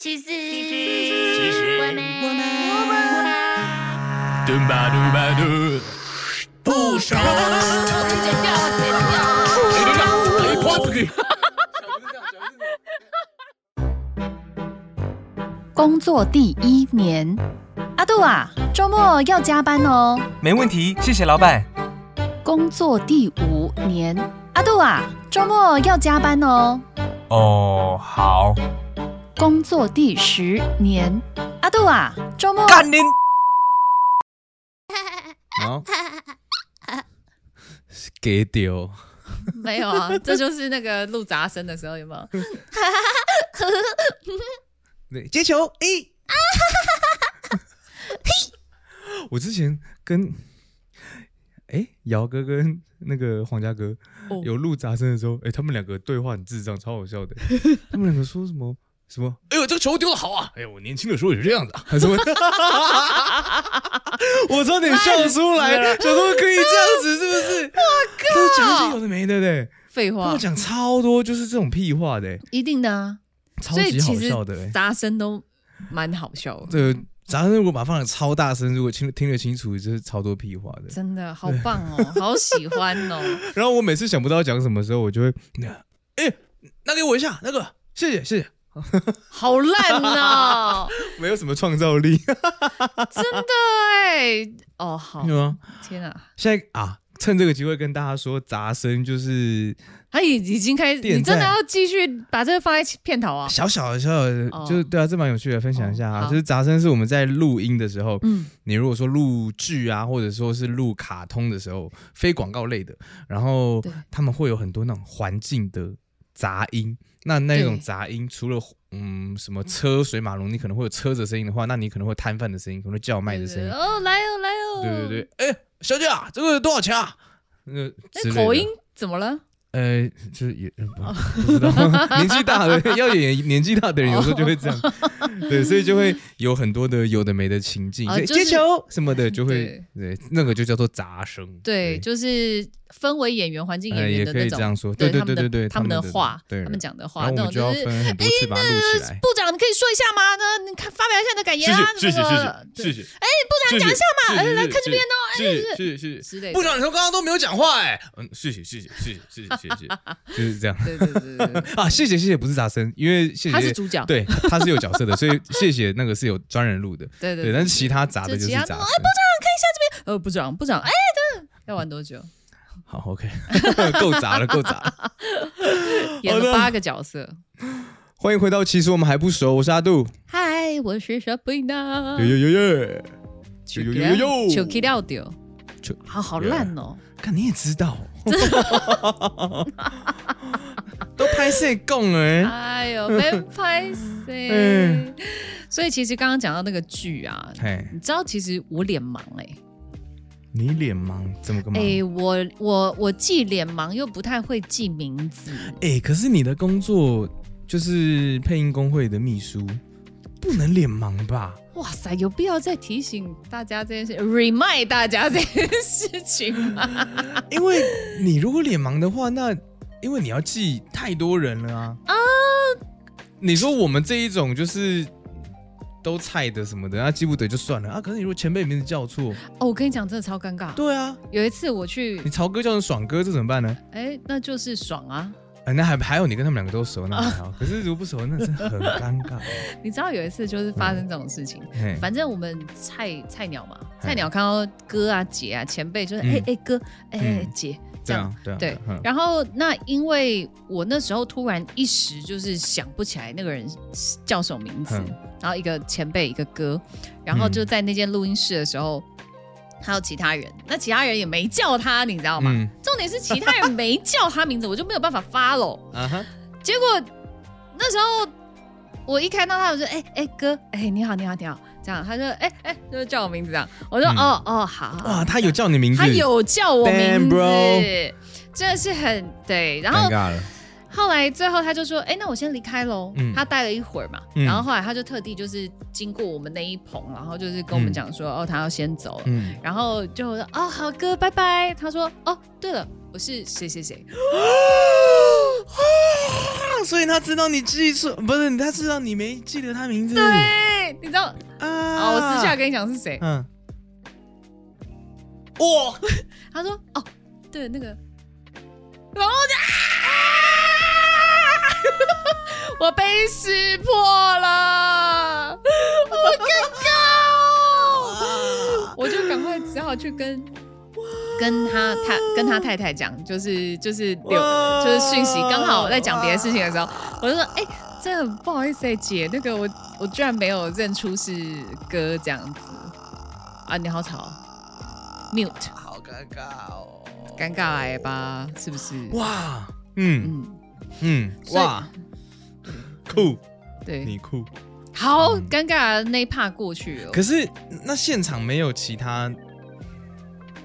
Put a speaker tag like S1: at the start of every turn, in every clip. S1: 其实，
S2: 其实
S1: 我们
S2: 我们
S3: 嘟吧嘟吧嘟，
S2: 不熟。
S4: 工作第一年，阿杜啊，周末要加班哦。
S5: 没问题，谢谢老板。
S4: 工作第五年，阿杜啊，周末要加班哦。
S5: 哦，好。
S4: 工作第十年，阿杜啊，周末
S5: 干您！
S3: 好，给丢，
S6: 没 有啊，这就是那个录杂声的时候有没有？
S3: 对，接球，哎、 嘿，我之前跟哎姚、哥跟那个黄家哥
S6: 哦
S3: 有录杂声的时候，哎、他们两个对话很智障，超好笑 的。他们两个说什么什么？哎呦，这个球丢的好啊！哎呦，我年轻的时 候也是这样子、啊，还是会。我差点笑出来，想说可以这样子，是不是？我靠！讲一些有的没的嘞，
S6: 废
S3: 他
S6: 话
S3: 们，讲超多就是这种屁话的，
S4: 一定的啊。
S3: 超
S6: 所以
S3: 级好
S6: 其实
S3: 笑的欸嘞。
S6: 杂声都蛮好笑的，
S3: 这杂声如果把它放的超大声，如果听听得清楚，就是超多屁话的。
S6: 真的好棒 哦，好喜欢哦。
S3: 然后我每次想不到讲什么时候，我就会，哎、拿给我一下，那个谢谢谢谢，
S6: 好 烂哦，
S3: 没有什么创造力，
S6: 真的哎，哦好
S3: 对，吗？
S6: 天啊，
S3: 现在啊，趁这个机会跟大家说，杂声就是
S6: 他已哎已经开始，
S3: 点
S6: 你真的
S3: 赞
S6: 要继续把这个放在片头啊？
S3: 小小的小小的，
S6: 哦
S3: 就是对啊，这蛮有趣的，分享一下
S6: 哦
S3: 啊。
S6: 好
S3: 就是杂声是我们在录音的时候，
S6: 嗯
S3: 你如果说录剧啊，或者说是录卡通的时候，非广告类的，然后
S6: 对
S3: 他们会有很多那种环境的杂音。那那种
S6: 对
S3: 杂音，除了嗯什么车水马龙，你可能会有车子的声音的话，那你可能会有摊贩的声音，可能会叫卖的声音。
S6: 哦来哦来哦，
S3: 对对对，哎、小姐啊，这个多少钱啊？那之
S6: 那
S3: 类的
S6: 口音怎么了？
S3: 呃，就是也不不知 道，年纪大的要演年纪大的人，有时候就会这样，对，所以就会有很多的有的没的情境，
S6: 哦
S3: 所以
S6: 就是
S3: 接球什么的就会，对，那个就叫做杂声，
S6: 对，就是氛围演员、环境
S3: 呃
S6: 演员
S3: 也
S6: 的
S3: 可
S6: 那
S3: 以这
S6: 种
S3: 样，说，
S6: 对
S3: 对
S6: 他们
S3: 对
S6: 的
S3: 对，
S6: 他们的话，
S3: 对，
S6: 他们讲的
S3: 然
S6: 话
S3: 后我
S6: 那
S3: 们就
S6: 种
S3: 要
S6: 就是。
S3: 分很多次把它录起来，
S6: 部长，你可以说一下吗？那你看发表一下你的感言啊，什么的对
S3: 谢谢，
S6: 哎，部长讲一下嘛，哎，来看这边哦，
S3: 谢谢谢谢
S6: 之类的
S3: 部长，你从刚刚都没有讲话哎，嗯，谢谢谢谢谢谢谢谢谢 谢，就是这样
S6: 对对对对对，
S3: 啊，谢谢谢谢不是杂声，因为谢谢
S6: 他是主角，
S3: 对，他是有角色的，所以谢谢那个是有专人录的，
S6: 对
S3: 对，但是其他杂的就是
S6: 其
S3: 杂
S6: 他
S3: 声。
S6: 哎呃，部长部长，哎，对，要玩多久？
S3: 好，OK，够 杂了，够杂了。
S6: 演
S3: 好的
S6: 了八个角色。
S3: 欢迎回到，其实我们还不熟，我是阿杜，
S6: 嗨，我是 Sabrina，
S3: 耶耶耶耶。呦呦呦呦
S6: 球踢哦掉丢
S3: 球，
S6: 好好烂哦，
S3: 看你也知 道， 都拍摄供哎，
S6: 哎 呦，没拍谁
S3: 嗯？
S6: 所以其实刚刚讲到那个剧啊，
S3: 嘿，
S6: 你知道其实我脸盲哎、
S3: 你脸盲怎么个
S6: 哎、
S3: 盲？
S6: 我我我记脸盲又不太会记名字，
S3: 哎，可是你的工作就是配音工会的秘书，不能脸盲 吧？
S6: 哇塞，有必要再提醒大家这件事，remind 大家这件事情 吗？
S3: 因为你如果脸盲的话，那因为你要记太多人了啊。啊，你说我们这一种就是都菜的什么的，那记不得就算了啊。可是你如果前辈名字叫错，
S6: 哦，我跟你讲，真的超尴尬。
S3: 对啊，
S6: 有一次我去
S3: 你，曹哥叫成爽哥，这怎么办呢？
S6: 哎、那就是爽啊！
S3: 啊，那还还有你跟他们两个都熟，那还好。可是如果不熟，那真的很尴 尬。
S6: 你知道有一次就是发生这种事情，
S3: 嘿
S6: 反正我们菜菜鸟嘛，菜鸟看到哥啊姐啊前辈就是哎
S3: 嗯
S6: 哎、哥哎、
S3: 嗯
S6: 姐这
S3: 对
S6: 样。
S3: 啊，对啊，
S6: 对
S3: 啊嗯，
S6: 然后那因为我那时候突然一时就是想不起来那个人是叫什么名字，
S3: 嗯
S6: 然后一个前辈一个哥，然后就
S3: 嗯
S6: 在那间录音室的时候，还有其他人，那其他人也没叫他，你知道吗？
S3: 嗯
S6: 重点是其他人没叫他名字，我就没有办法 follow。
S3: 啊哈，
S6: 结果那时候我一看到他，我就哎哎、哥，哎、你好你好你好，这样他就哎哎、就叫我名字这样，我说、
S3: 嗯
S6: 哦哦好好，
S3: 哇，他有叫你名字，
S6: 他有叫我
S3: Damn,
S6: 名字
S3: bro
S6: 真的是很对。然
S3: 尴
S6: 后
S3: 尬了，
S6: 后来最后他就说：“哎、那我先离开喽。
S3: 嗯
S6: 他待了一会儿嘛，
S3: 嗯
S6: 然后后来他就特地就是经过我们那一棚，然后就是跟我们讲说：“哦，他要先走了。
S3: 嗯，
S6: 然后就说：“哦，好哥，拜拜。”他说：“哦，对了，我是谁谁谁。”
S3: 所以他知道你记错，不是他知道你没记得他名字。
S6: 对，你知道？
S3: 啊，
S6: 好，我私下跟你讲是谁。
S3: 嗯，哇，
S6: 他说：“哦，对，那个。”然后 我就啊，我被识破了，好尴尬哦！我就赶快只好去跟跟他太跟他太太讲，就是就是有
S3: 哇
S6: 就是讯息，刚好我在讲别的事情的时候，我就说：“哎、真的很不好意思、欸，姐，那个我我居然没有认出是哥这样子啊！你好吵，mute。”
S3: 好尴尬哦，
S6: 尴尬癌吧，是不是？
S3: 哇，嗯
S6: 嗯，
S3: 嗯，
S6: 所以
S3: 哇，酷，
S6: 对，
S3: 你酷。
S6: 好尴尬的那一趴过去了。
S3: 可是那现场没有其他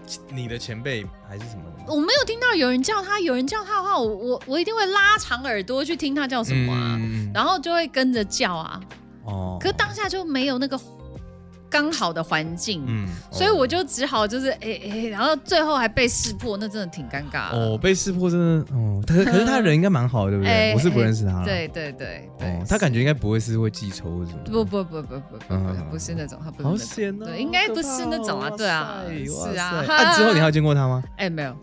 S3: 其你的前辈还是什么的吗？
S6: 我没有听到有人叫他，有人叫他的话，我我我一定会拉长耳朵去听他叫什么啊，
S3: 嗯
S6: 然后就会跟着叫啊。
S3: 哦
S6: 可当下就没有那个刚好的环境，
S3: 嗯，
S6: 所以我就只好就是哎哎、然后最后还被识破，那真的挺尴尬的。
S3: 哦被识破真的哦，他可可是他人应该蛮好的，对不对？
S6: 哎
S3: 我是不认识他了，
S6: 对对对对，
S3: 哦，他感觉应该不会是会记仇或者什么的，
S6: 不不不不不不
S3: 嗯
S6: 不是那种，他不是
S3: 好
S6: 那种。
S3: 险哦，
S6: 对应该不是那种啊对啊
S3: 哇塞
S6: 是啊
S3: 哇塞那之后你还有见过他吗？
S6: 哎、没有。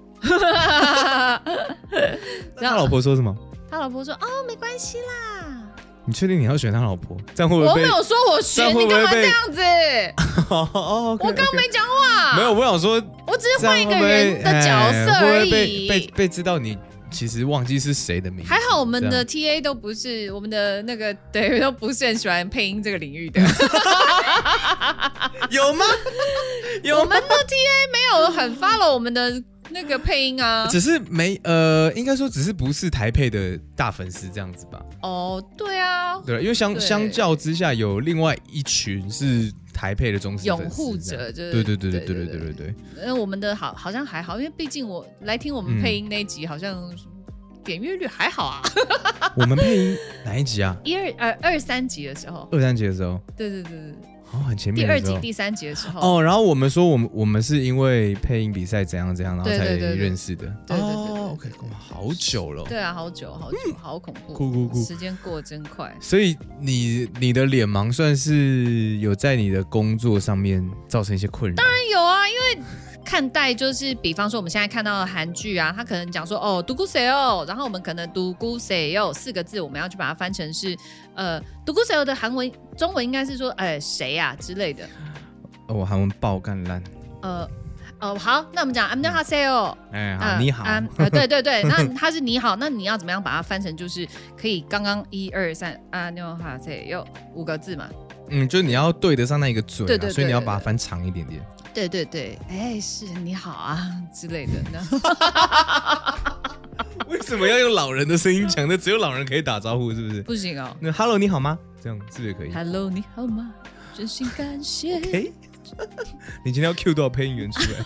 S3: 那他老婆说什么？
S6: 他老婆说：“哦，没关系啦。”
S3: 你确定你要选他老婆？这样会不
S6: 我
S3: 会
S6: 没
S3: 被？
S6: 有说我学，
S3: 这样会
S6: 你
S3: 不会
S6: 干嘛
S3: 被
S6: 这样子？
S3: 哦哦，OK，
S6: 我刚
S3: OK
S6: 没讲话，
S3: 没有，，我想说
S6: 我只是
S3: 这样会
S6: 换一
S3: 不
S6: 个
S3: 会
S6: 人的角色
S3: 哎
S6: 而
S3: 会不会被被
S6: 已。
S3: 被知道你其实忘记是谁的名字？
S6: 还好我们
S3: 这
S6: 的
S3: 样
S6: T A 都不是，我们的那个对都不是很喜欢配音这个领域的。
S3: 有吗？
S6: 我
S3: 有吗？
S6: 们的 T A 没有很 follow 我们的那个配音啊。
S3: 只是没呃，应该说只是不是台配的大粉丝这样子吧？
S6: 哦，对啊，
S3: 对，因为相
S6: 对
S3: 相较之下，有另外一群是台配的忠实
S6: 拥
S3: 粉丝
S6: 护
S3: 这样
S6: 者就是
S3: 对对对对对
S6: 对
S3: 对
S6: 对
S3: 对对对。
S6: 呃，我们的好好像还好，因为毕竟我来听我们配音那一集，好像点阅率还好啊，
S3: 我们配音哪一集啊？
S6: 一二呃二三集的时候，
S3: 二三集的时候，
S6: 对对对对，
S3: 哦，很前
S6: 第
S3: 面的
S6: 二
S3: 时候
S6: 集第三集的时候，
S3: 哦，然后我们说我们我们是因为配音比赛怎样怎样，然后
S6: 对对
S3: 才
S6: 对对
S3: 认识的。
S6: 对对对
S3: 哦
S6: 对对
S3: ，OK，哇，好久了哦。
S6: 对啊，好久好久，好恐怖，
S3: 嗯酷酷酷
S6: 时间过得真快。
S3: 所以你你的脸盲算是有在你的工作上面造成一些困扰。当然，
S6: 但有啊，因为看待就是，比方说我们现在看到的韩剧啊，他可能讲说哦，独孤谁哦，然后我们可能独孤谁哦四个字，我们要去把它翻成是呃，独孤谁哦的韩文中文应该是说哎谁呀之类的，
S3: 哦、我韩文爆干烂。
S6: 呃。哦，好，那我们讲 I'm not say 哦，
S3: 哎，好，
S6: 啊，
S3: 你好。
S6: 啊，呃对对对，那他是你好，那你要怎么样把它翻成就是可以刚刚一二三啊，你好 say 又五个字嘛，
S3: 嗯，就是你要对得上那一个嘴、啊，
S6: 对对对
S3: 所以你要把它翻长一点点。
S6: 对对对，哎，是你好啊之类的呢。
S3: 为什么要用老人的声音讲？那只有老人可以打招呼，是不是？
S6: 不行哦。
S3: 那 Hello，你好吗？这样是不是也可以？
S6: Hello，你好 吗？真心感谢。
S3: 哎， 你今天要 Q 多少配音员出来？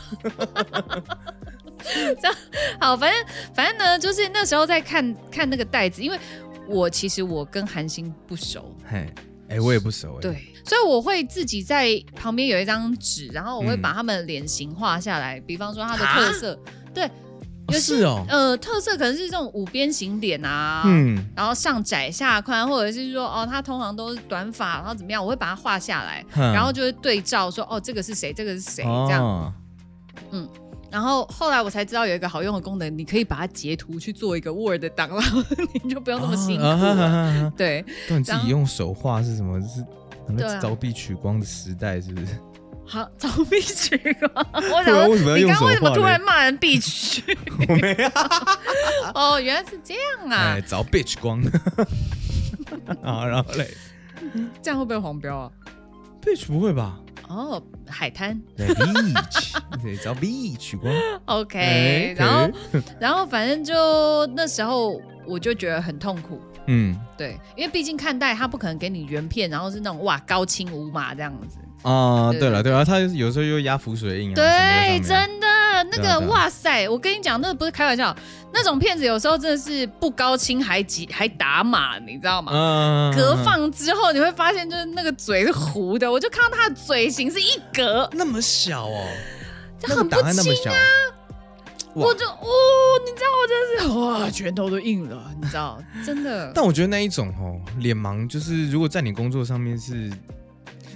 S6: 好，反正反正呢，就是那时候在看看那个袋子，因为我其实我跟韩星不熟，
S3: 嘿，哎，我也不熟哎。
S6: 对，，所以我会自己在旁边有一张纸，然后我会
S3: 嗯
S6: 把他们的脸型画下来，比方说他的特色，对，
S3: 哦
S6: 有些
S3: 是哦。
S6: 呃，特色可能是这种五边形脸啊，
S3: 嗯，
S6: 然后上窄下宽，或者是说哦，他通常都是短发，然后怎么样，我会把它画下来，
S3: 哼
S6: 然后就会对照说哦，这个是谁，这个是谁，
S3: 嗯哦
S6: 这样。然后后来我才知道有一个好用的功能，你可以把它截图去做一个 Word 档，然后 你就不用那么辛苦
S3: 啊哈哈
S6: 了。
S3: 哈哈
S6: 对，
S3: 对，你自
S6: 然后
S3: 己用手画是什么？ 是
S6: 对啊
S3: 凿壁取光的时代是不是？
S6: 好，找必取光。我
S3: 对啊
S6: 想
S3: 为什么
S6: 说，
S3: 要
S6: 你
S3: 用
S6: 刚刚为
S3: 手
S6: 什么
S3: 画
S6: 突
S3: 嘞
S6: 然骂人必取？
S3: 我没有，
S6: 哦，原来是这样啊
S3: 哎，！凿 bitch 光。 啊，然后嘞
S6: 这样会不会黄标啊？
S3: ，bitch 不会吧？
S6: 哦，海滩
S3: 对，beach，对， 凿 beach 取 光。
S6: ，OK、
S3: 哎
S6: 然后，
S3: 可以
S6: 然后反正就那时候我就觉得很痛苦，
S3: 嗯
S6: 对，因为毕竟看待他不可能给你原片，然后是那种哇高清无码这样子。
S3: 啊，
S6: 对
S3: 对了对了，他有时候又压浮水印啊，什
S6: 对，
S3: 么的
S6: 真的那
S3: 对啊
S6: 个
S3: 对啊
S6: 哇塞，我跟你讲，那不是开玩笑，那种骗子有时候真的是不高清还急还打码，你知道吗？
S3: 上面，嗯，
S6: 隔放之后，你会发现就是那个嘴是糊的，我就看到他的嘴型是一格，
S3: 那么小哦，
S6: 这
S3: 那
S6: 很
S3: 个
S6: 不
S3: 档案那
S6: 清
S3: 么小，哇
S6: 我就哦，你知道我真是哇，拳头都硬了，你知道，真的。
S3: 但我觉得那一种哦，脸盲就是如果在你工作上面是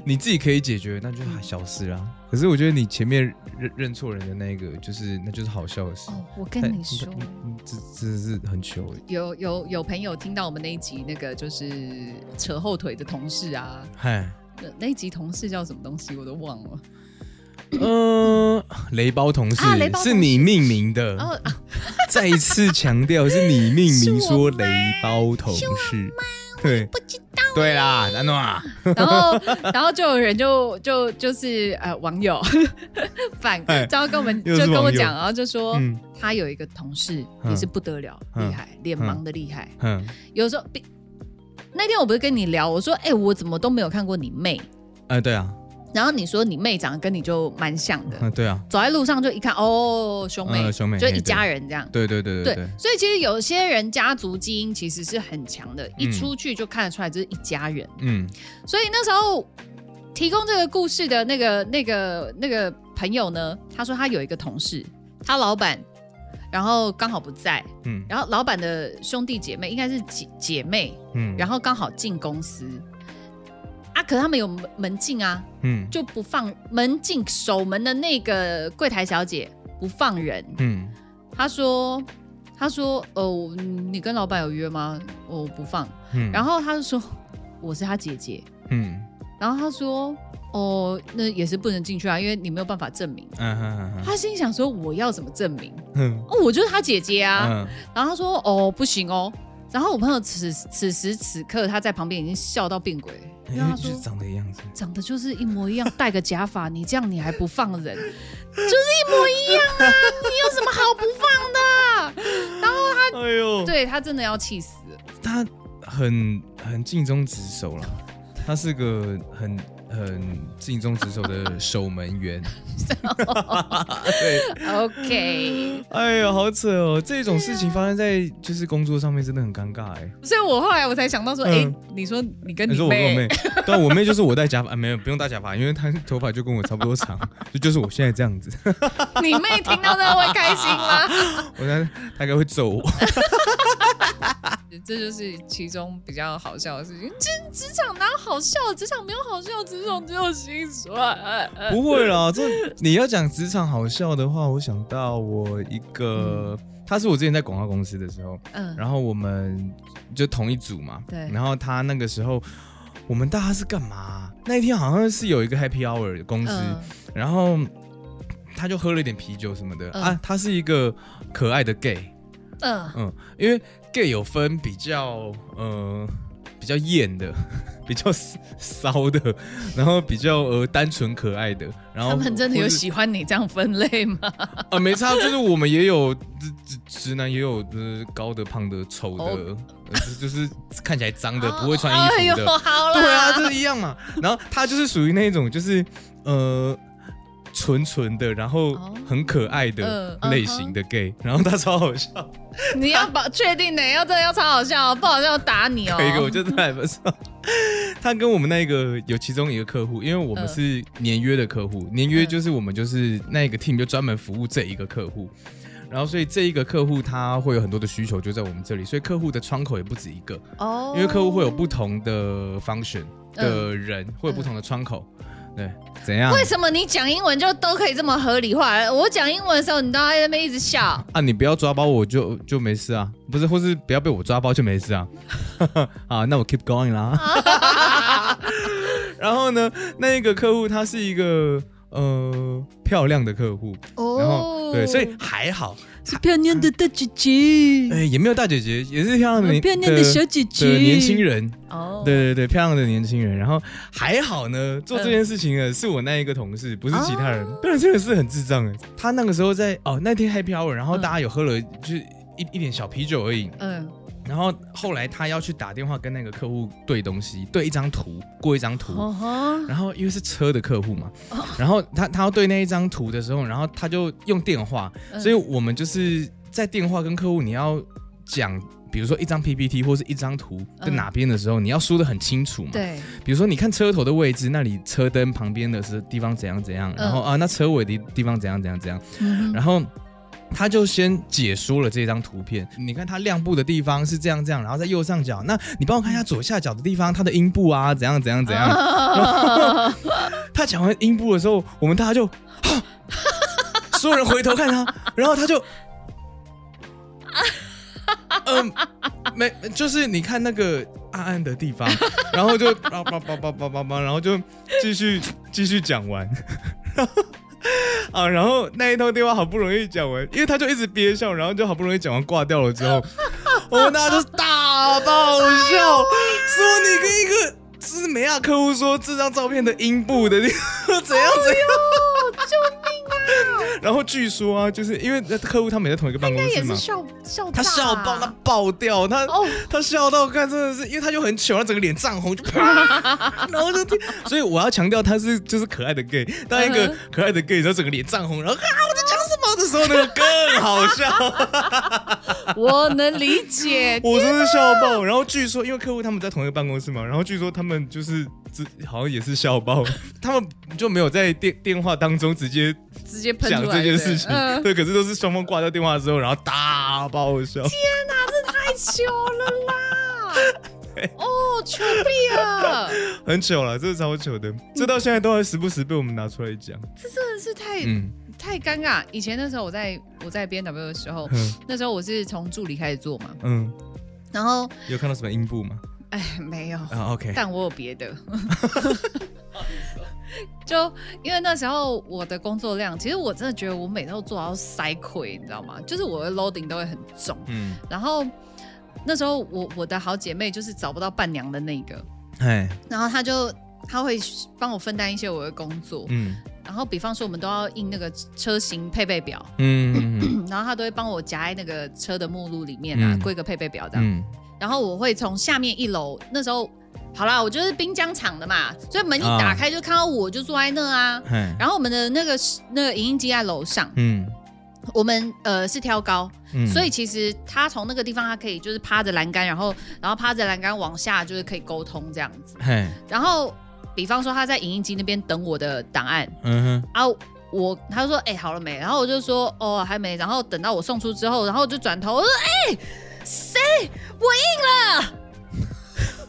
S3: 你自己可以解决，那就是小事啊。可是我觉得你前面认认错人的那一个，就是那就是好笑的事。
S6: 哦，我
S3: 太
S6: 跟你说，
S3: 哎你你这这是很糗哎。
S6: 有有有朋友听到我们那一集那个就是扯后腿的同事啊，
S3: 嗨，
S6: 那那一集同事叫什么东西我都忘了。
S3: 嗯、雷包同事、
S6: 啊雷包同事
S3: 是你命名的，
S6: 然后啊，
S3: 再一次强调是你命名
S6: 是
S3: 说
S6: 我吗
S3: 雷包同事，对，不知道，对啦，南诺啊，
S6: 然后然后就有人就就就是呃网友 反，
S3: 哎
S6: 然后跟我们
S3: 又
S6: 就是跟我
S3: 网友
S6: 讲，然啊后就说、
S3: 嗯
S6: 他有一个同事
S3: 嗯
S6: 也是不得了，
S3: 嗯
S6: 厉害，脸盲的厉害。
S3: 嗯，
S6: 有时候比那天我不是跟你聊，我说哎、我怎么都没有看过你妹，
S3: 哎，对啊，
S6: 然后你说你妹长得跟你就蛮像的，
S3: 嗯，对啊，
S6: 走在路上就一看哦兄妹、
S3: 嗯兄妹
S6: 就
S3: 嘿
S6: 一家
S3: 对
S6: 人这样。
S3: 对对对对对，
S6: 所以其实有些人家族基因其实是很强的，一
S3: 嗯
S6: 出去就看得出来这是一家人。
S3: 嗯
S6: 所以那时候提供这个故事的那个、那个、那个朋友呢，他说他有一个同事，他老板，然后刚好不在，
S3: 嗯
S6: 然后老板的兄弟姐妹应该是姐姐妹，
S3: 嗯，
S6: 然
S3: 后
S6: 后刚好进公司。啊，可是他们有门门禁啊，
S3: 嗯
S6: 就不放门禁守门的那个柜台小姐不放人。
S3: 嗯
S6: 他说，他说，哦，你跟老板有约吗？我不放。
S3: 嗯，
S6: 然后他就说，我是他姐姐。
S3: 嗯
S6: 然后他说：“哦，那也是不能进去啊，因为你没有办法证明。”
S3: 嗯嗯
S6: 他心里想说：“我要怎么证明？
S3: 嗯
S6: 哦，我就是他姐姐啊。
S3: 嗯
S6: 然后他说：“哦，不行哦。”然后我朋友此此时此刻他在旁边已经笑到变鬼，因为他
S3: 嗯，
S6: 说
S3: 就是长得一样子，
S6: 长得就是一模一样，戴个假发，你这样你还不放 人，就是一模一样啊！你有什么好不放的？
S3: 哎呦，
S6: 对他真的要气死了。
S3: 他很很尽忠职守啦，他是个很很尽忠职守的守门员。对，
S6: OK，
S3: 哎呦，好扯哦！这种事情发生在就是工作上面，真的很尴尬哎。
S6: 所以我后来我才想到说，
S3: 嗯
S6: 哎、你说你跟
S3: 你
S6: 你
S3: 说我跟我妹
S6: 妹，，
S3: 对啊，我妹就是我戴假发，啊没有不用戴假发，因为她头发就跟我差不多长，就就是我现在这样子。
S6: 你妹听到这会开心吗？
S3: 我她她应该会揍我。
S6: 这就是其中比较好笑的事情。这职场哪有好笑？职场没有好笑，职场只有心酸。
S3: 不会啦，这你要讲职场好笑的话，我想到我一个，他是我之前在广告公司的时候，
S6: 嗯，
S3: 然后我们就同一组嘛，
S6: 对
S3: 然后他那个时候，我们大家是干嘛啊、那一天好像是有一个 happy hour 的公司，
S6: 嗯
S3: 然后他就喝了一点啤酒什么的、
S6: 嗯
S3: 啊。他是一个可爱的 gay，
S6: 嗯
S3: 嗯，因为 gay 有分比较呃比较艳的， 比较骚的，然后比较呃单纯可爱的，然后
S6: 他们真的有
S3: 或是
S6: 喜欢你这样分类吗
S3: 啊，没差，就是我们也有直直直男，也有呃高的、胖的、丑的，
S6: 哦
S3: 呃就是就是看起来脏的，不会穿衣服
S6: 哎
S3: 的，
S6: 呦，好啦，
S3: 对啊，就是一样 嘛。然后他就是属于那种就是呃纯纯的，然后
S6: 哦
S3: 很可爱的
S6: 嗯
S3: 类型的 gay，、然后他超好笑，
S6: 你要把确定的，要真的要超好笑哦，不好笑我打你哦。
S3: 有一个我就在不
S6: 哦
S3: 上。他跟我们那个有其中一个客户，因为我们
S6: 嗯
S3: 是年约的客户，年约
S6: 嗯
S3: 就是我们就是那个 team 就专门服务这一个客户，然后所以这一个客户他会有很多的需求就在我们这里，所以客户的窗口也不止一个，
S6: 哦嗯
S3: 因为客户会有不同的 function 的人，会有不同的窗口，对，怎样？
S6: 为什么你讲英文就都可以这么合理化？我讲英文的时候，你都在那边一直笑。
S3: 啊，你不要抓包我就就没事啊，不是，或是不要被我抓包就没事啊。 啊，那我 keep going 啦。 然后呢，那一个客户他是一个呃漂亮的客户，然后、
S6: 哦，
S3: 对，所以还好，
S6: 是漂亮的大姐姐
S3: 哎、，也没有大姐姐，也是漂亮的年、
S6: 漂亮的小姐姐，
S3: 的年轻人，
S6: 哦，
S3: 对对对，漂亮的年轻人。然后还好呢，做这件事情啊的是我那一个同事，不是其他人
S6: 哦。
S3: 对，真的是很智障哎。他那个时候在哦，那天 happy hour，然后大家有喝了就是一一点小啤酒而已。
S6: 嗯，
S3: 然后后来他要去打电话跟那个客户对东西，对一张图过一张图。
S6: 哦吼，
S3: 然后因为是车的客户嘛，
S6: 哦
S3: 然后他他要对那一张图的时候，然后他就用电话，
S6: 嗯
S3: 所以我们就是在电话跟客户你要讲，比如说一张 PPT 或是一张图在
S6: 嗯
S3: 哪边的时候，你要说的很清楚嘛。
S6: 对，
S3: 比如说你看车头的位置，那里车灯
S6: 嗯
S3: 旁边的是地方怎样怎样，然后啊那车尾的地方怎样怎样怎样，
S6: 嗯哼
S3: 然后他就先解说了这张图片。你看它亮部的地方是这样这样，然后在右上角，那你帮我看一下左下角的地方，它的阴部啊，怎样怎样怎样。他讲完阴部的时候，我们大家就， 啊 所有人回头看他，然后他就，嗯、没，就是你看那个暗暗的地方，然后就叭叭叭叭叭叭叭，然后就继续继续讲完，然后啊，然后那一通电话好不容易讲完，因为他就一直憋笑，然后就好不容易讲完挂掉了之后，我们大家就大爆笑，说你跟一个。斯美亚客户说这张照片的阴部的地方怎样怎样，救命啊！然后据说啊，就是因为客户他们也在同一个办公
S6: 他
S3: 室
S6: 也
S3: 嘛
S6: 是，笑笑
S3: 他
S6: 炸
S3: 笑
S6: 啊
S3: 爆，他爆掉，他
S6: 哦，
S3: 他笑到看真的是，因为他就很糗，他整个脸涨红，就 啪，然后就听，所以我要强调他是就是可爱的 gay，当一
S6: 嗯
S3: 个
S6: 哼
S3: 可爱的 gay 的时候，整个脸涨红，然后啊我在讲什么的时候，那个更好 笑，。
S6: 我能理解
S3: 我真是笑爆。然后据说因为客户他们在同一个办公室嘛，然后据说他们就是只好像也是笑 爆，他们就没有在电电话当中直接
S6: 直接喷
S3: 讲
S6: 出来
S3: 这件
S6: 对
S3: 事情，
S6: 嗯
S3: 对，可是都是双方挂掉电话之后，然后大爆笑。
S6: 太糗了 啦！哦，糗毙 了，
S3: 很糗了，这是超糗的，这到现在都还时不时被我们拿出来讲。
S6: 这真的是太、
S3: 嗯，
S6: 太尴尬。以前那时候我在我在 B N W 的时候，
S3: 哼
S6: 那时候我是从助理开始做嘛，
S3: 嗯，
S6: 然后
S3: 有看到什么阴部吗？
S6: 哎没有，
S3: 啊，OK，
S6: 但我有别的。 就因为那时候我的工作量，其实我真的觉得我每天都做到塞亏，你知道吗？就是我的 loading 都会很重，
S3: 嗯，
S6: 然后那时候我我的好姐妹就是找不到伴娘的那个，
S3: 哎，
S6: 然后她就她会帮我分担一些我的工作，
S3: 嗯
S6: 然后比方说我们都要印那个车型配备表，
S3: 嗯嗯
S6: 然后她都会帮我夹在那个车的目录里面啊，
S3: 嗯
S6: 规格配备表这样，
S3: 嗯
S6: 然后我会从下面一楼那时候。好啦，我就是滨江厂的嘛，所以门一
S3: 啊
S6: 打开就看到我就坐在那啊。
S3: 嗯，哎，
S6: 然后我们的那个那个影印机在楼上，
S3: 嗯
S6: 我们呃是挑高，
S3: 嗯
S6: 所以其实他从那个地方，他可以就是趴着栏杆，然后然后趴着栏杆往下，就是可以沟通这样子。
S3: 哎，
S6: 然后，比方说他在影印机那边等我的档案
S3: 嗯哼，
S6: 啊，我他就说哎、好了没？然后我就说哦还没。然后等到我送出之后，然后我就转头我说哎、谁我印了？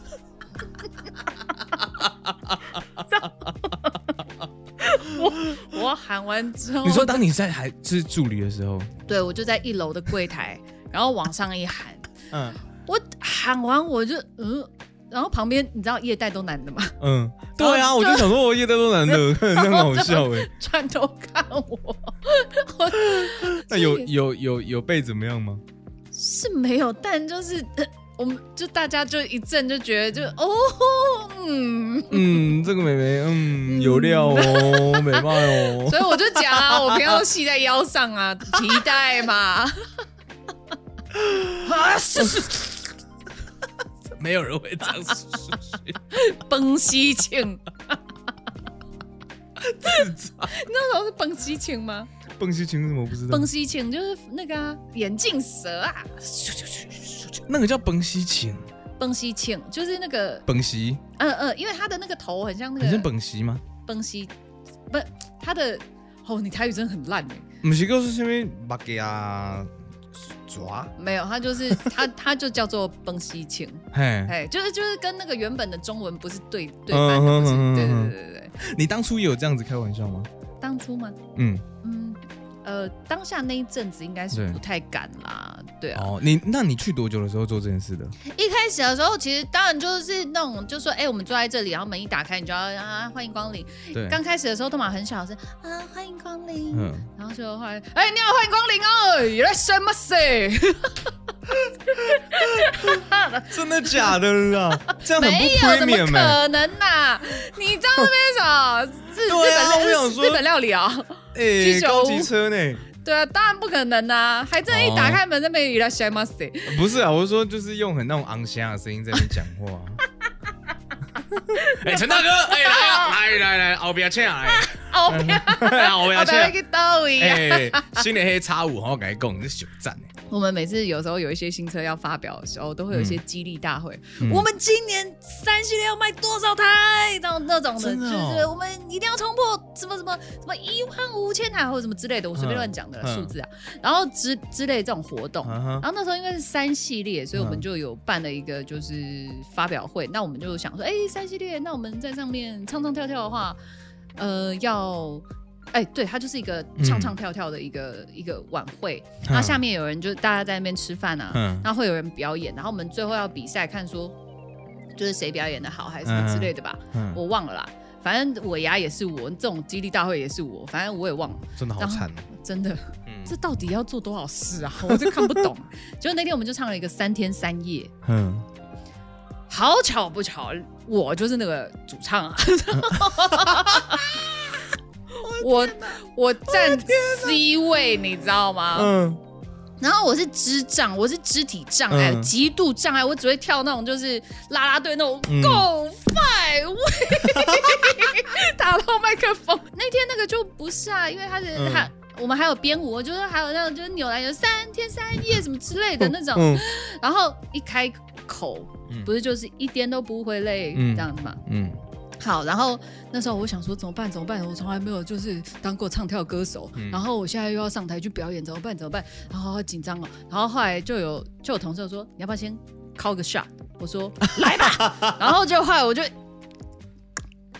S6: 我我喊完之后，
S3: 你说当你在还是助理的时候，
S6: 对我就在一楼的柜台，然后往上一喊。
S3: 嗯
S6: 我喊完我就嗯，然后旁边你知道业代都男的嘛，
S3: 嗯，对啊，我就想说，我夜店都难 得，那很好笑哎。
S6: 转头看我，我
S3: 那有有有有被怎么样吗？
S6: 是没有，但就是、 呃我们就大家就一阵就觉得就哦，嗯，
S3: 嗯，这个妹妹，嗯，有料哦，美貌哦。
S6: 所以我就讲啊， 我平常都系在腰上啊，皮带 嘛，
S3: 没有人会这样说，
S6: 崩西庆。你知道什么是崩西庆吗？
S3: 蹦西情是什么我不知道
S6: 崩？西庆就是那个、啊、眼镜蛇啊，
S3: 那个叫蹦西情，
S6: 崩西庆就是那个
S3: 蹦西，
S6: 嗯嗯，因为他的那个头很像那
S3: 你是
S6: 个
S3: 蹦西吗？
S6: 崩西，不，他的哦，你台语真的很烂哎。
S3: 不是告诉下面把给啊抓，
S6: 没有，他就是他，他就叫做崩西庆，
S3: 嘿，
S6: 哎，就是就是跟那个原本的中文不是对对翻的，
S3: 嗯
S6: 不是
S3: 嗯嗯嗯
S6: 对对
S3: 嗯
S6: 对对对。
S3: 你当初也有这样子开玩笑吗？
S6: 当初嘛，
S3: 嗯，
S6: 嗯呃，当下那一阵子应该是
S3: 对
S6: 不太敢啦，对啊。
S3: 哦，你那你去多久的时候做这件事的？
S6: 一开始的时候，其实当然就是那种，就说哎，我们坐在这里，然后门一打开，你就要啊欢迎光临。
S3: 对，
S6: 刚开始的时候都蛮很小声啊欢迎光临，
S3: 嗯，
S6: 然后就后来，哎、你好，欢迎光临哦，いらっしゃいま せ。
S3: 真的假的 啦？这样很不
S6: 没有，怎么
S3: premium 哎、
S6: 可能呐、你知道那边什么日
S3: 对啊
S6: 日
S3: 我
S6: 本料
S3: 想
S6: 日
S3: 说
S6: 日本料理啊、
S3: 欸，
S6: 居酒屋
S3: 高级车呢？
S6: 对啊，当然不可能呐、还真一打开门，那边いらっしゃいませ。
S3: 不是啊，我是说就是用很那种昂香的声音在那边讲 话。 哎、陈大哥，哎、来啊，来来来，奥比亚欠来，
S6: 哦， 后边，
S3: 我
S6: 后
S3: 要去
S6: 边去斗一样。
S3: 哦哎，新的黑叉五，我改供，这是熊赞哎，
S6: 我们每次有时候有一些新车要发表的时候，都会有一些激励大会。
S3: 嗯
S6: 我们今年三系列要卖多少台？那种那种的，
S3: 真的哦
S6: 就是我们一定要冲破什么什么什么一万五千台或者什么之类的，我随便
S3: 嗯
S6: 乱讲的啦
S3: 嗯
S6: 数字啊。然后之之类这种活动，
S3: 嗯哼
S6: 然后那时候因为是三系列，所以我们
S3: 嗯
S6: 就有办了一个就是发表会。那我们就想说，哎，三系列，那我们在上面唱唱跳跳的话，呃，要。哎，对，它就是一个唱唱跳跳的一个、一个晚会，然后下面有人就大家在那边吃饭啊，
S3: 嗯
S6: 那会有人表演，然后我们最后要比赛，看说就是谁表演的好还是什么之类的吧，
S3: 嗯，
S6: 我忘了啦。反正尾牙也是我，这种激励大会也是我，反正我也忘了，
S3: 真的好惨哦，
S6: 真的，
S3: 嗯
S6: 这到底要做多少事啊？ 我就看不懂。结果那天我们就唱了一个三天三夜，
S3: 嗯，
S6: 好巧不巧，我就是那个主唱 啊。我我站 C 位，你知道吗？
S3: 嗯，
S6: 然后我是肢障，我是肢体障碍，
S3: 嗯
S6: 极度障碍，我只会跳那种就是啦啦队那种
S3: 嗯
S6: Go Five，、打到麦克风。那天那个就不是啊，因为他是、
S3: 嗯
S6: 他。我们还有编舞，就是还有那种就是扭来扭三天三夜什么之类的那种，
S3: 嗯
S6: 然后一开口
S3: 嗯
S6: 不是就是一点都不会累、
S3: 嗯
S6: 这样子嘛。
S3: 嗯
S6: 好，然后那时候我想说怎么办？怎么办？我从来没有就是当过唱跳歌手，
S3: 嗯
S6: 然后我现在又要上台去表演，怎么办？怎么办？然后好紧张哦。然后后来就有就有同事说你要不要先 call 个 shot？我说来 吧。然后就后来我就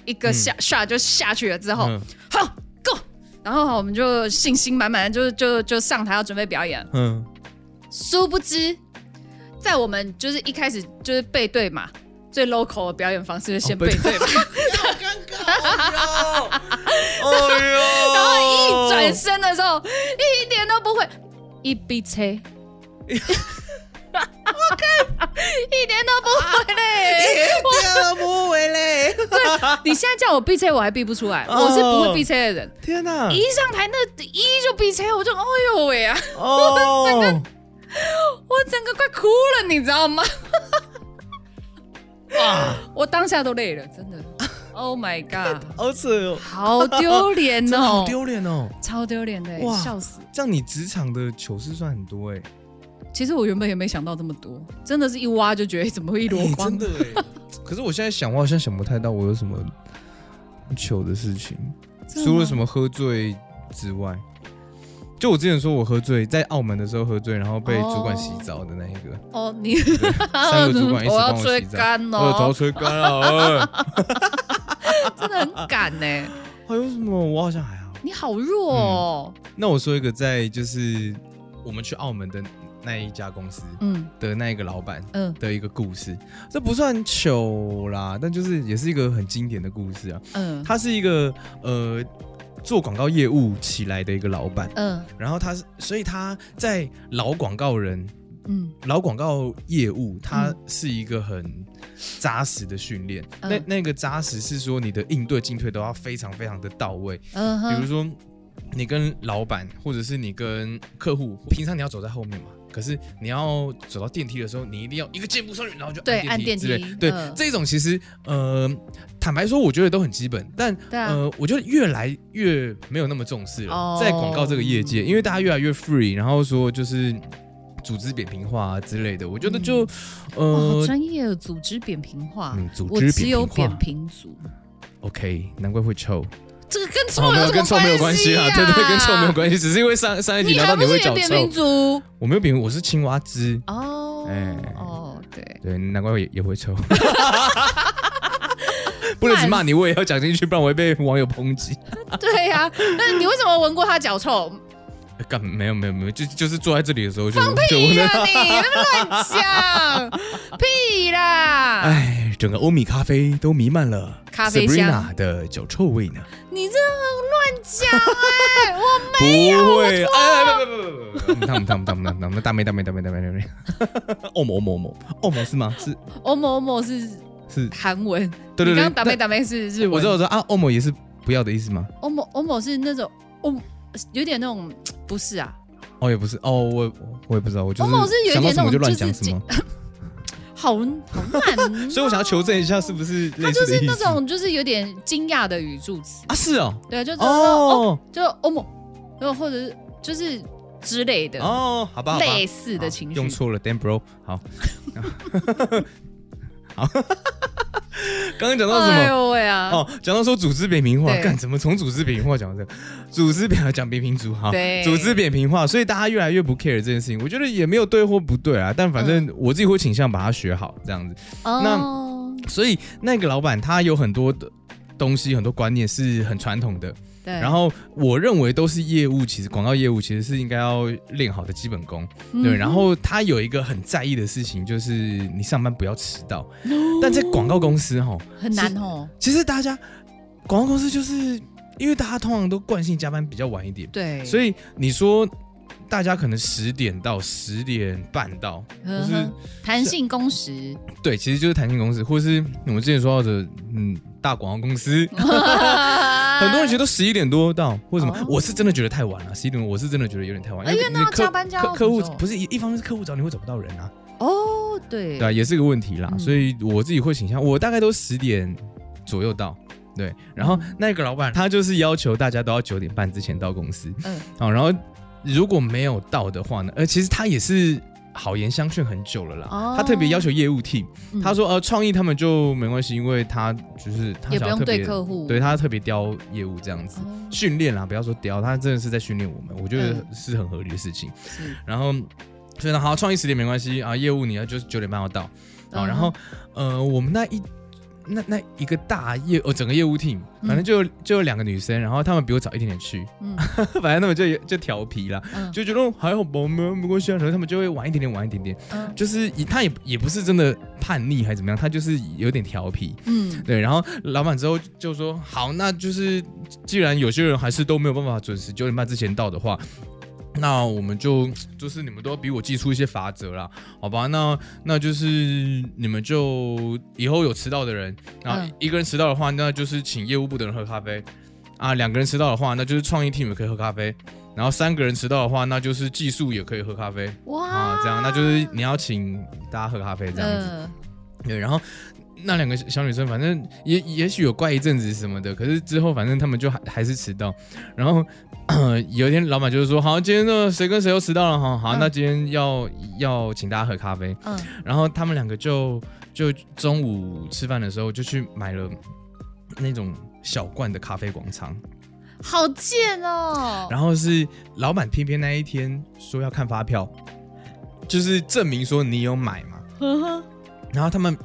S6: 一个下、shot 就下去了之后，
S3: 嗯
S6: 好 go。然后我们就信心满满，就就就上台要准备表演。
S3: 嗯，
S6: 殊不知，在我们就是一开始就是背对嘛，最 local 的表演方式就先
S3: 哦
S6: 背
S3: 背
S6: 对嘛，
S3: 哦
S6: 然后一转身的时候一点都不会，一逼车，我看一点都不会嘞。
S3: 跳哎不回 嘞，
S6: 你现在叫我逼车，我还逼不出
S3: 哦
S6: 来，我是不会逼车的人。
S3: 天哪，
S6: 一上台那一就逼车，我就哎呦喂啊，
S3: 哦，
S6: 我整个快哭了，你知道吗？
S3: 哇，
S6: 我当下都累了，真 的。Oh my god！
S3: 好扯哦，
S6: 好丢脸
S3: 真的
S6: 哦
S3: 好，丢脸哦，
S6: 超丢脸的欸、
S3: 哇
S6: 笑死！
S3: 这样你职场的糗事算很多哎，
S6: 其实我原本也没想到这么多，真的是一挖就觉得怎么会一箩
S3: 哎真
S6: 筐、
S3: 的哎，可是我现在想，我好像想不太到我有什么糗的事情。
S6: 真的吗
S3: 除了什么喝醉之外，就我之前说我喝醉，在澳门的时候喝醉，然后被主管洗澡的那一个，
S6: 哦，你
S3: 三个主管一起
S6: 我
S3: 帮
S6: 要
S3: 我
S6: 追
S3: 洗澡，
S6: 干
S3: 我的头
S6: 哦，
S3: 吹干了。哎
S6: 真的很敢呢、
S3: 还有什么？我好像还好。
S6: 你好弱哦，
S3: 那我说一个，在就是我们去澳门的那一家公司
S6: 嗯
S3: 的那一个老板
S6: 嗯
S3: 的一个故事，这不算糗啦，但就是也是一个很经典的故事啊。
S6: 嗯
S3: 他是一个呃做广告业务起来的一个老板，
S6: 嗯
S3: 然后他是，所以他在老广告人、
S6: 嗯
S3: 老广告业务，他
S6: 嗯
S3: 是一个很扎实的训练。
S6: 嗯
S3: 那那个扎实是说你的应对进退都要非常非常的到位。
S6: 嗯
S3: 比如
S6: 哼，
S3: 说，你跟老板或者是你跟客户，平常你要走在后面嘛，可是你要走到电梯的时候，你一定要一个箭步上去，然后就
S6: 对按
S3: 电
S6: 电
S3: 梯
S6: 梯
S3: 之类。对，
S6: 嗯
S3: 这种其实呃，坦白说，我觉得都很基本，但
S6: 对啊
S3: 呃，我觉得越来越没有那么重视了，
S6: 哦
S3: 在广告这个业界，因为大家越来越 free，然后说就是组织扁平化啊之类的，我觉得就、
S6: 哇，嗯哦好
S3: 呃。
S6: 专业的组织扁平化，
S3: 嗯组织
S6: 我只有
S3: 扁平化
S6: 扁平足，
S3: OK，难怪会臭。
S6: 这个跟臭
S3: 哦，
S6: 有
S3: 没
S6: 什
S3: 有
S6: 么
S3: 跟臭没有关系啊，
S6: 啊，
S3: 对对，跟臭没有关系，只是因为上上一集
S6: 你
S3: 聊
S6: 还
S3: 到
S6: 不
S3: 你
S6: 是
S3: 会
S6: 也
S3: 脚
S6: 扁
S3: 臭
S6: 平，足
S3: 我没有扁平，我是青蛙汁。
S6: 哦
S3: 哎
S6: 哦对，
S3: 对，难怪我也也会抽。不能只骂你，我也要讲进去，不然我会被网友抨击。
S6: 对呀、那你为什么闻过他脚臭？
S3: 呃干没有没有没有，就就是坐在这里的时候就就
S6: 屁
S3: 闻
S6: 啦
S3: 到
S6: 你，那么乱讲，屁啦！
S3: 哎，整个欧米咖啡都弥漫了
S6: 咖啡香
S3: Sabrina 的脚臭味呢。
S6: 你这乱讲 哎，我
S3: 不会，哎，不不不不不，他们他们他们他们大妹大妹大妹大妹大妹，欧某欧某欧某欧某是吗？是
S6: 欧哦某欧某是
S3: 是，
S6: 韩文，
S3: 对对对
S6: 你刚刚打
S3: 但
S6: 妹打妹是日文，
S3: 我知道我知道啊，欧某也是不要的意思吗？
S6: 欧某欧某是那种欧，有点那种不是啊，
S3: 哦，也不是哦，我我也不知道，我就
S6: 欧某是有
S3: 想
S6: 一
S3: 到
S6: 点
S3: 什
S6: 那
S3: 么
S6: 种
S3: 就乱
S6: 就是
S3: 讲什么。
S6: 好好慢
S3: 所以我想要求证一下，是不是
S6: 它
S3: 类
S6: 就
S3: 似的
S6: 是
S3: 意
S6: 那
S3: 思？
S6: 种就是有点惊讶的语助词，
S3: 啊，是哦，
S6: 对，就就是说哦，
S3: 哦
S6: 就欧某，然后或者是就是之类的
S3: 哦，好吧，好吧
S6: 类似的情
S3: 好
S6: 绪，
S3: 用错了，damn bro，好， 好， 刚刚讲到什
S6: 哎
S3: 么？
S6: 呦喂啊！
S3: 哦，讲到说组织扁平化，
S6: 对
S3: 干怎么从组织扁平化讲到这个？组织扁讲扁平足哈，好
S6: 对
S3: 组织扁平化，所以大家越来越不 care 这件事情。我觉得也没有对或不对啊，但反
S6: 嗯
S3: 正我自己会倾向把它学好这样子。那
S6: 哦，
S3: 所以那个老板他有很多的东西，很多观念是很传统的，
S6: 对，
S3: 然后我认为都是业务，其实广告业务其实是应该要练好的基本功。对，
S6: 嗯
S3: 然后他有一个很在意的事情，就是你上班不要迟到。但在广告公司哈，
S6: 嗯很难哦，
S3: 其实大家广告公司就是因为大家通常都惯性加班比较晚一点，
S6: 对，
S3: 所
S6: 以
S3: 以你说大家可能十点到十点半到，或是
S6: 弹性工时，
S3: 对，其实就是弹性公司，或是我们之前说到的，嗯，大广告公 司，啊很
S6: 很
S3: 多人觉得十一点多到或什么，
S6: 啊哦
S3: 我是真的觉得太晚了，十一点我是真的觉得有点太晚，
S6: 哎因为
S3: 你
S6: 那要
S3: 客
S6: 加班加到
S3: 客客户
S6: 什么时候
S3: 不是一一方面是客户找你会找不到人啊，
S6: 哦，对
S3: 对啊，也是个问题啦。
S6: 嗯
S3: 所以我自己会倾向，我大概都十点左右到。对，然后那个老板他就是要求大家都要九点半之前到公司，
S6: 嗯
S3: 嗯，好、然后如果没有到的话呢，呃，其实他也是好言相劝很久了啦，
S6: 哦
S3: 他特别要求业务 team，、
S6: 嗯
S3: 他说呃创意他们就没关系，因为他就是他
S6: 也
S3: 想
S6: 不
S3: 要
S6: 用
S3: 特别
S6: 对客户，
S3: 对他特别雕业务这样子、
S6: 哦
S3: 训练啦，不要说雕，他真的是在训练我们，我觉得
S6: 嗯
S3: 是很合理的事情。
S6: 是
S3: 然后所以呢，好，创意十点没关系啊，业务你要就是九点半要到
S6: 嗯
S3: 啊。然后呃，我们那一那那一个大业哦，整个业务 team，反正就有就有两个女生，然后她们比我早一点点去，
S6: 嗯
S3: 反正她们就就调皮啦，
S6: 嗯
S3: 就觉得哦还好吧，没有没关系啊，然后她们就会晚一点点，晚一点点，
S6: 嗯
S3: 就是以她也也不是真的叛逆还是怎么样，她就是有点调皮，
S6: 嗯
S3: 对，然后老板之后就说：“好，那就是既然有些人还是都没有办法准时九点半之前到的话，那我们就就是你们都要逼我记出一些法则啦，好吧？那那就是你们就以后有迟到的人，然后
S6: 嗯
S3: 一个人迟到的话，那就是请业务部的人喝咖啡啊；两个人迟到的话，那就是创意 team 也可以喝咖啡；然后三个人迟到的话，那就是技术也可以喝咖啡啊。这样，那就是你要请大家喝咖啡这样子。
S6: 嗯
S3: 对，然后那两个小女生，反正也也许有怪一阵子什么的，可是之后反正他们就还还是迟到。然后、 呃、有一天老板就是说，好，今天呢谁跟谁又迟到了哈，好，
S6: 嗯
S3: 那今天要要请大家喝咖啡。
S6: 嗯
S3: 然后他们两个就就中午吃饭的时候就去买了那种小罐的咖啡广场，
S6: 好贱哦，
S3: 然后是老板偏偏那一天说要看发票，就是证明说你有买嘛。
S6: 呵呵
S3: 然后他们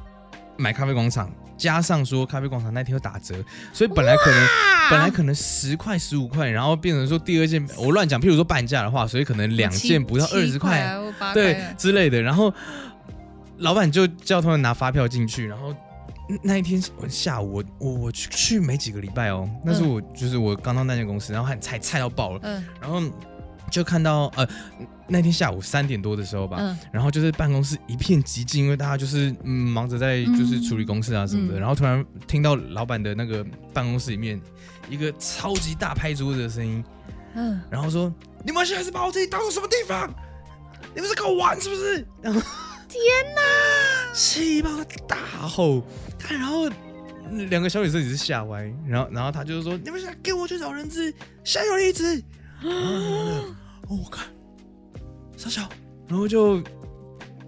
S3: 买咖啡广场，加上说咖啡广场那天有打折，所以本来可能本来可能十块十五块，然后变成说第二件我乱讲，譬如说半价的话，所以可能两件不到
S6: 七
S3: 二十
S6: 七
S3: 块，
S6: 啊或八
S3: 对
S6: 块啊
S3: 之类的。然后老板就叫他们拿发票进去，然后。那那一天下午，我我我去去没几个礼拜哦，那是
S6: 嗯
S3: 我、就是我刚到那间公司，然后还菜菜到爆了，
S6: 嗯
S3: 然后就看到呃那天下午三点多的时候吧，
S6: 嗯
S3: 然后就是办公室一片寂静，因为大家就是嗯忙着在就是处理公事啊什么的，
S6: 嗯
S3: 然后突然听到老板的那个办公室里面一个超级大拍桌子的声音，
S6: 嗯，
S3: 然后说：“你们现在是把我自己当做什么地方？你们是跟我玩是不是？”然后
S6: 天哪！
S3: 气爆大吼，看，然后嗯两个小女生也是吓歪，然后然后他就是说：“你们现在给我去找人质，现在有人 质。”然后然后哦，我看，傻小，然后就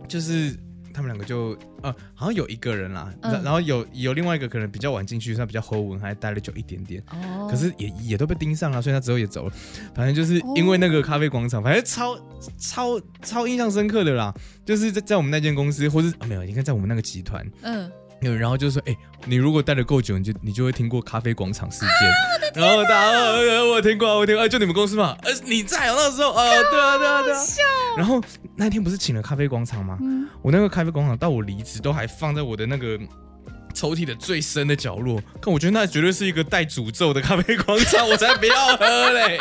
S3: 就是他们两个就呃，好像有一个人啦，
S6: 嗯
S3: 然然后有有另外一个可能比较晚进去，所以他比较后文，还待了久一点点。
S6: 哦
S3: 可是也也都被盯上了，啊所以他之后也走了。反正就是因为那个咖啡广场，反正超超超印象深刻的啦。就是在在我们那间公司，或是、啊没有，应该在我们那个集团。
S6: 嗯，
S3: 有然后就说，哎、你如果待的够久，你就你就会听过咖啡广场事件。然后大家，呃我听过啊，我听过啊，就你们公司嘛，呃，你在哦那时候，呃，对啊，对啊，对啊。然后那天不是请了咖啡广场吗？
S6: 嗯
S3: 我那个咖啡广场到我离职都还放在我的那个抽屉的最深的角落，看我觉得那绝对是一个带诅咒的咖啡广场，我才不要喝嘞。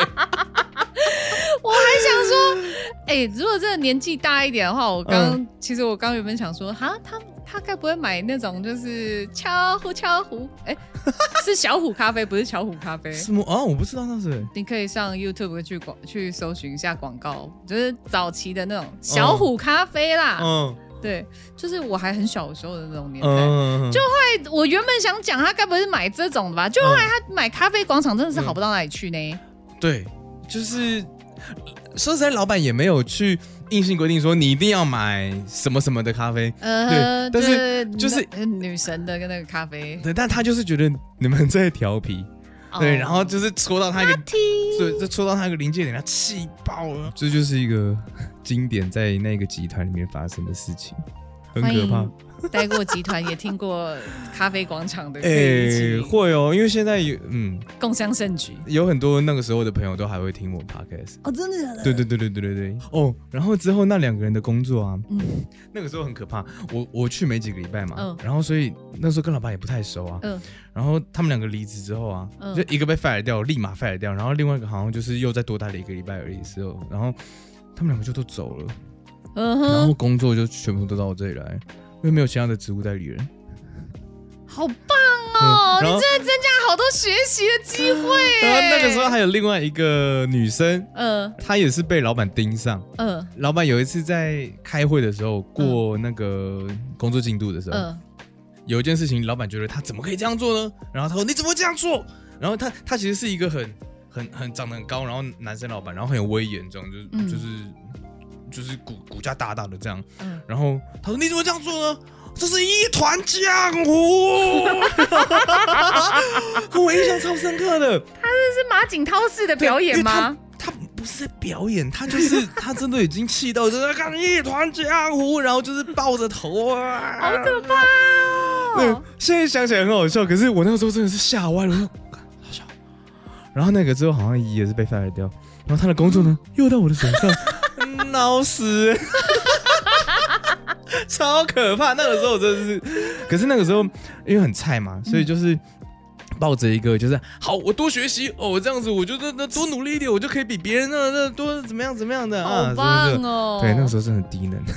S6: 我还想说，哎、如果真的年纪大一点的话，我刚、
S3: 嗯
S6: 其实我刚原本想说，哈，他他该不会买那种就是巧虎巧虎，哎、 是小虎咖啡，不是巧虎咖啡。
S3: 什么啊？我不知道那是。
S6: 你可以上 YouTube 去广去搜寻一下广告，就是早期的那种小虎咖啡啦。
S3: 嗯，
S6: 对，就是我还很小的时候的那种年代。
S3: 嗯，就
S6: 哎我原本想讲他该不会是买这种的吧，就后来他买咖啡广场真的是好不到哪里去呢。
S3: 对，就是说实在，老板也没有去硬性规定说你一定要买什么什么的咖啡，
S6: 呃，
S3: 嗯对但是
S6: 对
S3: 就是
S6: 那嗯女神的跟那个 咖啡，
S3: 对，但他就是觉得你们在调皮，
S6: 哦
S3: 对，然后就是戳到他一个，对，就戳到他一个临界点，他气爆了。这就是一个经典在那个集团里面发生的事情，很
S6: 欢
S3: 可怕。
S6: 迎待过集团，也听过咖啡广 场
S3: 哎
S6: 的，可以
S3: 诶，
S6: 一起
S3: 会哦，因为现在有嗯
S6: 共襄盛举。
S3: 有很多那个时候的朋友都还会听我 podcast。
S6: 哦，真的假的？
S3: 对对对对对对对。哦，然后之后那两个人的工作啊，
S6: 嗯
S3: 那个时候很可怕。我我去没几个礼拜嘛，
S6: 嗯
S3: 然后所以那时候跟老板也不太熟啊。
S6: 嗯
S3: 然后他们两个离职之后啊，
S6: 嗯
S3: 就一个被 fire 掉，立马 fire 掉，然后另外一个好像就是又再多待了一个礼拜而已之后，然后他们两个就都走了，
S6: 嗯
S3: 然后
S6: 哼，
S3: 工作就全部都到我这里来，因为没有其他的职务代理人。
S6: 嗯好棒哦！
S3: 嗯然后
S6: 你真的增加好多学习的机会。
S3: 然后那个时候还有另外一个女生，
S6: 嗯
S3: 她也是被老板盯上。
S6: 嗯
S3: 老板有一次在开会的时候过那个工作进度的时候，
S6: 嗯，
S3: 有一件事情，老板觉得他怎么可以这样做呢？然后他说你怎么会这样做？然后他他其实是一个很很很长得很高，然后男生老板，然后很有威严这种，就是、
S6: 嗯
S3: 就是就是骨骨架大大的这样。
S6: 嗯
S3: 然后他说你怎么会这样做呢？这是一团浆糊， 我印象超深刻的。
S6: 这是马景涛式的表演吗？
S3: 他不是在表演，他就是他真的已经气到就是看一团浆糊，然后就是抱着头啊，
S6: 好可怕
S3: 对
S6: 哦！，
S3: 现在想起来很好笑，可是我那个时候真的是吓歪了，我说干好笑。然后那个之后好像也是被 fire 掉，然后他的工作呢又到我的手 上，闹嗯死， 超可怕。那个时候我真的是，可是那个时候因为很菜嘛，所以就是。抱着一个就是好，我多学习哦，我这样子我就那那多努力一点，我就可以比别人那那多怎么样怎么样的啊，
S6: 好棒
S3: 是不
S6: 哦！
S3: 是对，那个时候真的很低能。
S6: 你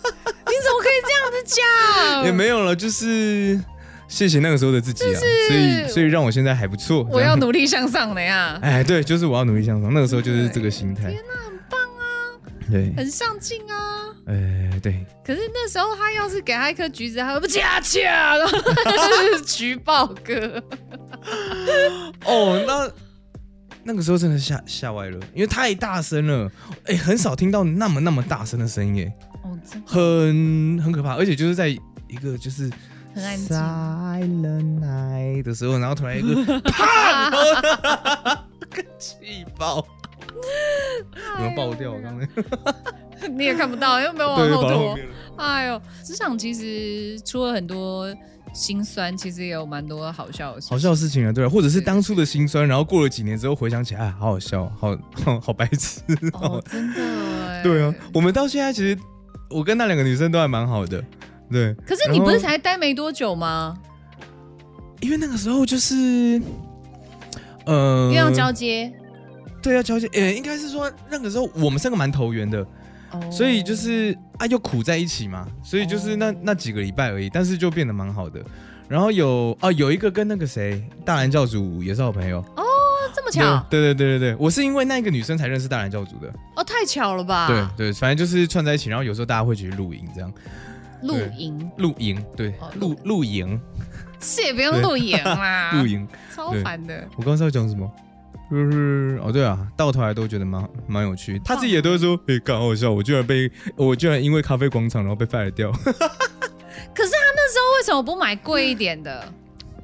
S6: 怎么可以这样子 讲？
S3: 也没有了，就是谢谢那个时候的自己啊，所以所以让我现在还不错。
S6: 我
S3: 这
S6: 要
S3: 样
S6: 努力向上的呀，
S3: 哎，对，就是我要努力向上。那个时候就是这个心态。
S6: 天哪，很棒啊，
S3: 对，
S6: 很上进啊！
S3: 哎，对，
S6: 可是那时候他要是给他一颗橘子，他会 不恰恰，然后就是橘豹哥，
S3: 哦，那那个时候真的吓吓歪了，因为太大声了，哎，很少听到那么那么大声的声音，哎，
S6: 哦，真
S3: 很很可怕，而且就是在一个就是。
S6: 很安静
S3: Silent night 的时候，然后突然一个啪，然后 气爆，有人爆掉，啊刚才
S6: 你也看不到，又没有往
S3: 对，
S6: 后
S3: 跑到
S6: 拖
S3: 后。面了。
S6: 哎呦，职场其实除了很多心酸，其实也有蛮多好笑的事情。
S3: 好笑的事情啊，对啊，或者是当初的辛酸，然后过了几年之后回想起来，哎，好好笑，好好白痴。啊
S6: 哦，真的 哎。
S3: 对啊，我们到现在其实我跟那两个女生都还蛮好的，对，
S6: 可是
S3: 然
S6: 你
S3: 后
S6: 不是才待没多久吗？
S3: 因为那个时候就是，呃，
S6: 又要交接，
S3: 对要交接，呃，应该是说那个时候我们三个蛮投缘的，
S6: 哦
S3: 呃所以就是啊又苦在一起嘛，所以就是
S6: 哦
S3: 那那几个礼拜而已，但是就变得蛮好的。然后有啊有一个跟那个谁大蓝教主也是好朋友，
S6: 哦，这么巧
S3: 对对对对对，我是因为那个女生才认识大蓝教主的。
S6: 哦，太巧了吧？
S3: 对对，反正就是串在一起，然后有时候大家会去露营，这样
S6: 露营
S3: 露营，对
S6: 哦，
S3: 露露营，
S6: 是也不用露营 啦，
S3: 露营。
S6: 超烦的。
S3: 我刚才要讲什么？就是哦，对啊，到头来都觉得蛮蛮有趣。他自己也都会说，哎，刚好笑，我居然被我居然因为咖啡广场然后被 fire 掉。
S6: 可是他那时候为什么不买贵一点的？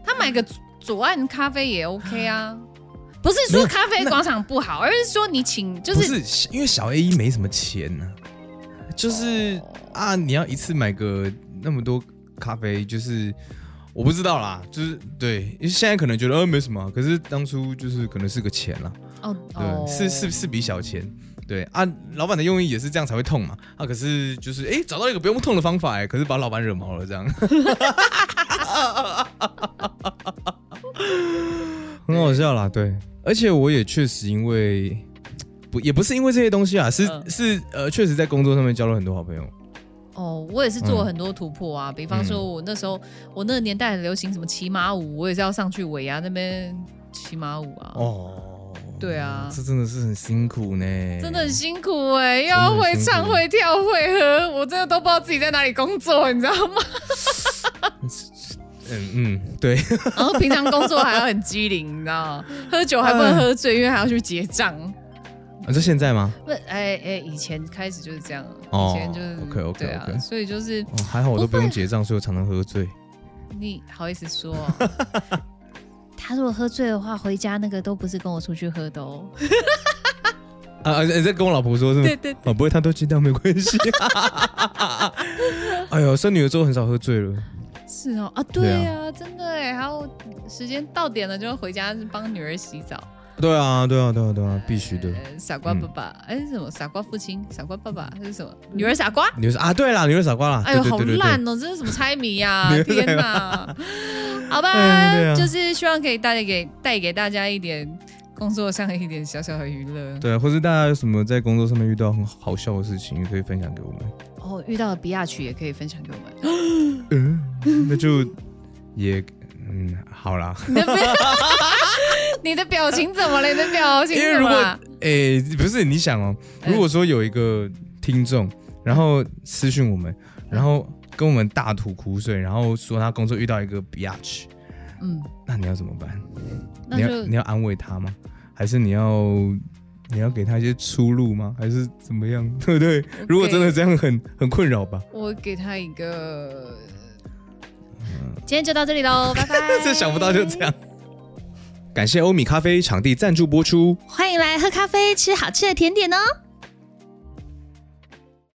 S6: 他买个左岸咖啡也 OK 啊。不是
S3: 没
S6: 说
S3: 有
S6: 咖啡广场不好，而是说你请就
S3: 不
S6: 是
S3: 是因为小 A 一没什么钱呢、就是啊，你要一次买个那么多咖啡，就是我不知道啦，就是对，因为现在可能觉得呃没什么，可是当初就是可能是个钱啦。
S6: 哦
S3: 对，是是是笔小钱。对啊，老板的用意也是这样才会痛嘛。啊，可是就是哎，诶找到一个不用痛的方法哎，可是把老板惹毛了这样。 很好笑啦，对。而且我也确实因为不也不是因为这些东西啊，是、
S6: 嗯
S3: 是呃，确实在工作上面交了很多好朋友。
S6: 哦，我也是做了很多突破啊，比方说我那时候我那个年代很流行什么骑马舞，我也是要上去尾牙那边骑马舞啊。
S3: 哦，
S6: 对啊，
S3: 这真的是很辛苦呢，
S6: 真的很辛苦哎、又要会唱会跳会喝，我真的都不知道自己在哪里工作，你知道 吗？
S3: 嗯嗯，对，
S6: 然后平常工作还要很机灵，你知道，喝酒还不能喝醉，因为还要去结账。
S3: 啊，就现在吗？
S6: 不，哎哎，以前开始就是这样，
S3: 哦
S6: 以前就是
S3: OK，OK，OK
S6: 对啊，所以就是
S3: 哦，还好我都不用结账，所以我常常喝醉。
S6: 你好意思说哦、
S4: 他如果喝醉的话，回家那个都不是跟我出去喝的 哦。
S3: 啊啊！你在跟我老婆说是吗？
S6: 对对
S3: 哦，不会，她都知道，没关系。 哎呦，生女儿之后很少喝醉了。
S6: 是哦啊，
S3: 对啊
S6: 对啊，真的哎，还有时间到点了就回家帮女儿洗澡，
S3: 对啊，对啊，对啊，对啊，必须的。
S6: 呃傻
S3: 嗯
S6: 瓜爸爸，哎、什么傻瓜父亲，傻瓜爸爸还是什么？女儿傻瓜？
S3: 你就说啊，对啦，你是傻瓜啦。
S6: 哎呦，
S3: 对
S6: 好
S3: 对对对对
S6: 烂哦！这是什么猜 谜呀、
S3: 女儿
S6: 天
S3: 傻瓜
S6: 哪！好吧，
S3: 哎对啊
S6: 就是希望可以带给带给大家一点工作上一点小小的娱乐。
S3: 对，或是大家有什么在工作上面遇到很好笑的事情，也可以分享给我们。
S6: 哦，遇到的比亚曲也可以分享给我们。
S3: 嗯，那就也嗯，好啦。
S6: 你的表 你的表情怎么了？你的表情
S3: 因为
S6: 怎
S3: 如
S6: 么
S3: 果
S6: 了？
S3: 诶、不是你想哦，
S6: 嗯
S3: 如果说有一个听众，然后私讯我们，
S6: 嗯
S3: 然后跟我们大吐苦水，然后说他工作遇到一个 biatch，
S6: 嗯，
S3: 那你要怎么办？
S6: 那
S3: 你
S6: 就
S3: 要你要安慰他吗？还是你要你要给他一些出路吗？还是怎么样？ 对不对？如果真的这样很很困扰吧，。
S6: 我给他一个。
S4: 今天就到这里喽，拜
S6: 哎
S4: 拜
S3: 这想不到就这样。感谢欧米咖啡场地赞助播出。
S4: 欢迎来喝咖啡，吃好吃的甜点哦。